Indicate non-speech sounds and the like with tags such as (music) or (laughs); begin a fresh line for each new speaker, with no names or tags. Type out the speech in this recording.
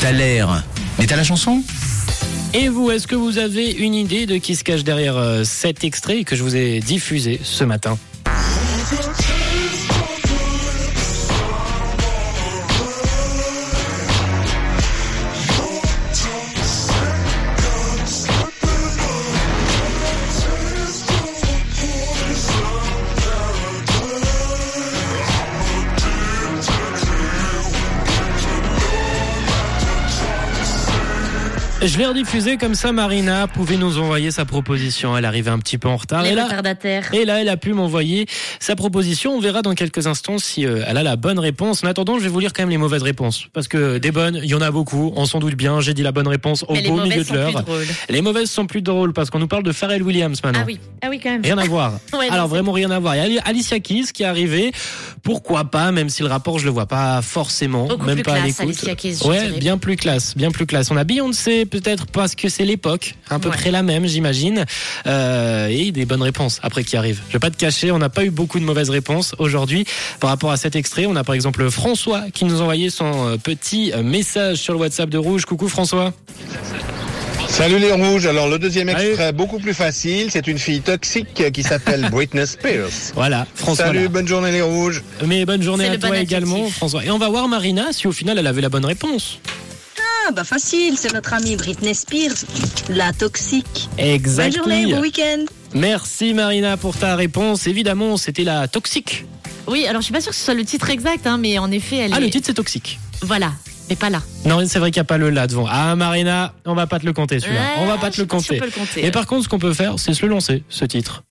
T'as l'air. Mais t'as la chanson
Et vous, est-ce que vous avez une idée de qui se cache derrière euh, cet extrait que je vous ai diffusé ce matin Je l'ai rediffusé comme ça, Marina pouvait nous envoyer sa proposition. Elle arrivait un petit peu en retard.
les
Et là,
retardataires.
et là, elle a pu m'envoyer sa proposition. On verra dans quelques instants si euh, elle a la bonne réponse. En attendant, je vais vous lire quand même les mauvaises réponses. Parce que euh, des bonnes, il y en a beaucoup. On s'en doute bien. J'ai dit la bonne réponse au
Mais les
beau milieu
mauvaises
de
sont plus
l'heure.
drôles.
Les mauvaises sont plus drôles parce qu'on nous parle de Pharrell Williams maintenant.
Ah oui, ah oui quand même.
Rien à voir.
(laughs) Ouais, non,
Alors
c'est-
vraiment rien à voir. Il y a Alicia Keys qui est arrivée. Pourquoi pas, même si le rapport je le vois pas forcément,
Beaucoup
même
plus
pas à
classe,
l'écoute.
Alicia Keys, je
ouais,
dirais.
bien plus classe, bien plus classe. On a Beyoncé peut-être parce que c'est l'époque, à peu
Ouais.
près la même, j'imagine. Euh, et des bonnes réponses après qui arrivent. Je vais pas te cacher, on n'a pas eu beaucoup de mauvaises réponses aujourd'hui par rapport à cet extrait. On a par exemple François qui nous envoyait son euh, petit euh, message sur le WhatsApp de Rouge. Coucou François.
Salut les rouges. Alors le deuxième
Salut.
extrait, beaucoup plus facile, c'est une fille toxique
(laughs)
qui s'appelle Britney Spears.
Voilà, François.
Salut,
là.
bonne journée les rouges.
Mais bonne journée
C'est
à
le bon
toi
adjectif.
également, François. Et on va voir Marina si au final elle avait la bonne réponse.
Ah bah facile, c'est notre amie Britney Spears, la toxique. Bonne
Exactement.
journée, bon week-end.
Merci Marina pour ta réponse. Évidemment, c'était la toxique.
Oui, alors je suis pas sûre que ce soit le titre exact, hein, mais en effet, elle
Ah,
est...
le titre c'est toxique.
Voilà, mais pas là.
Non, c'est vrai qu'il n'y a pas le là devant. Ah Marina, on va pas te le compter celui-là.
Ouais,
on va pas te
je
le
suis sûre
compter.
qu'on peut le compter.
Et par contre, ce qu'on peut faire, c'est se le lancer, ce titre.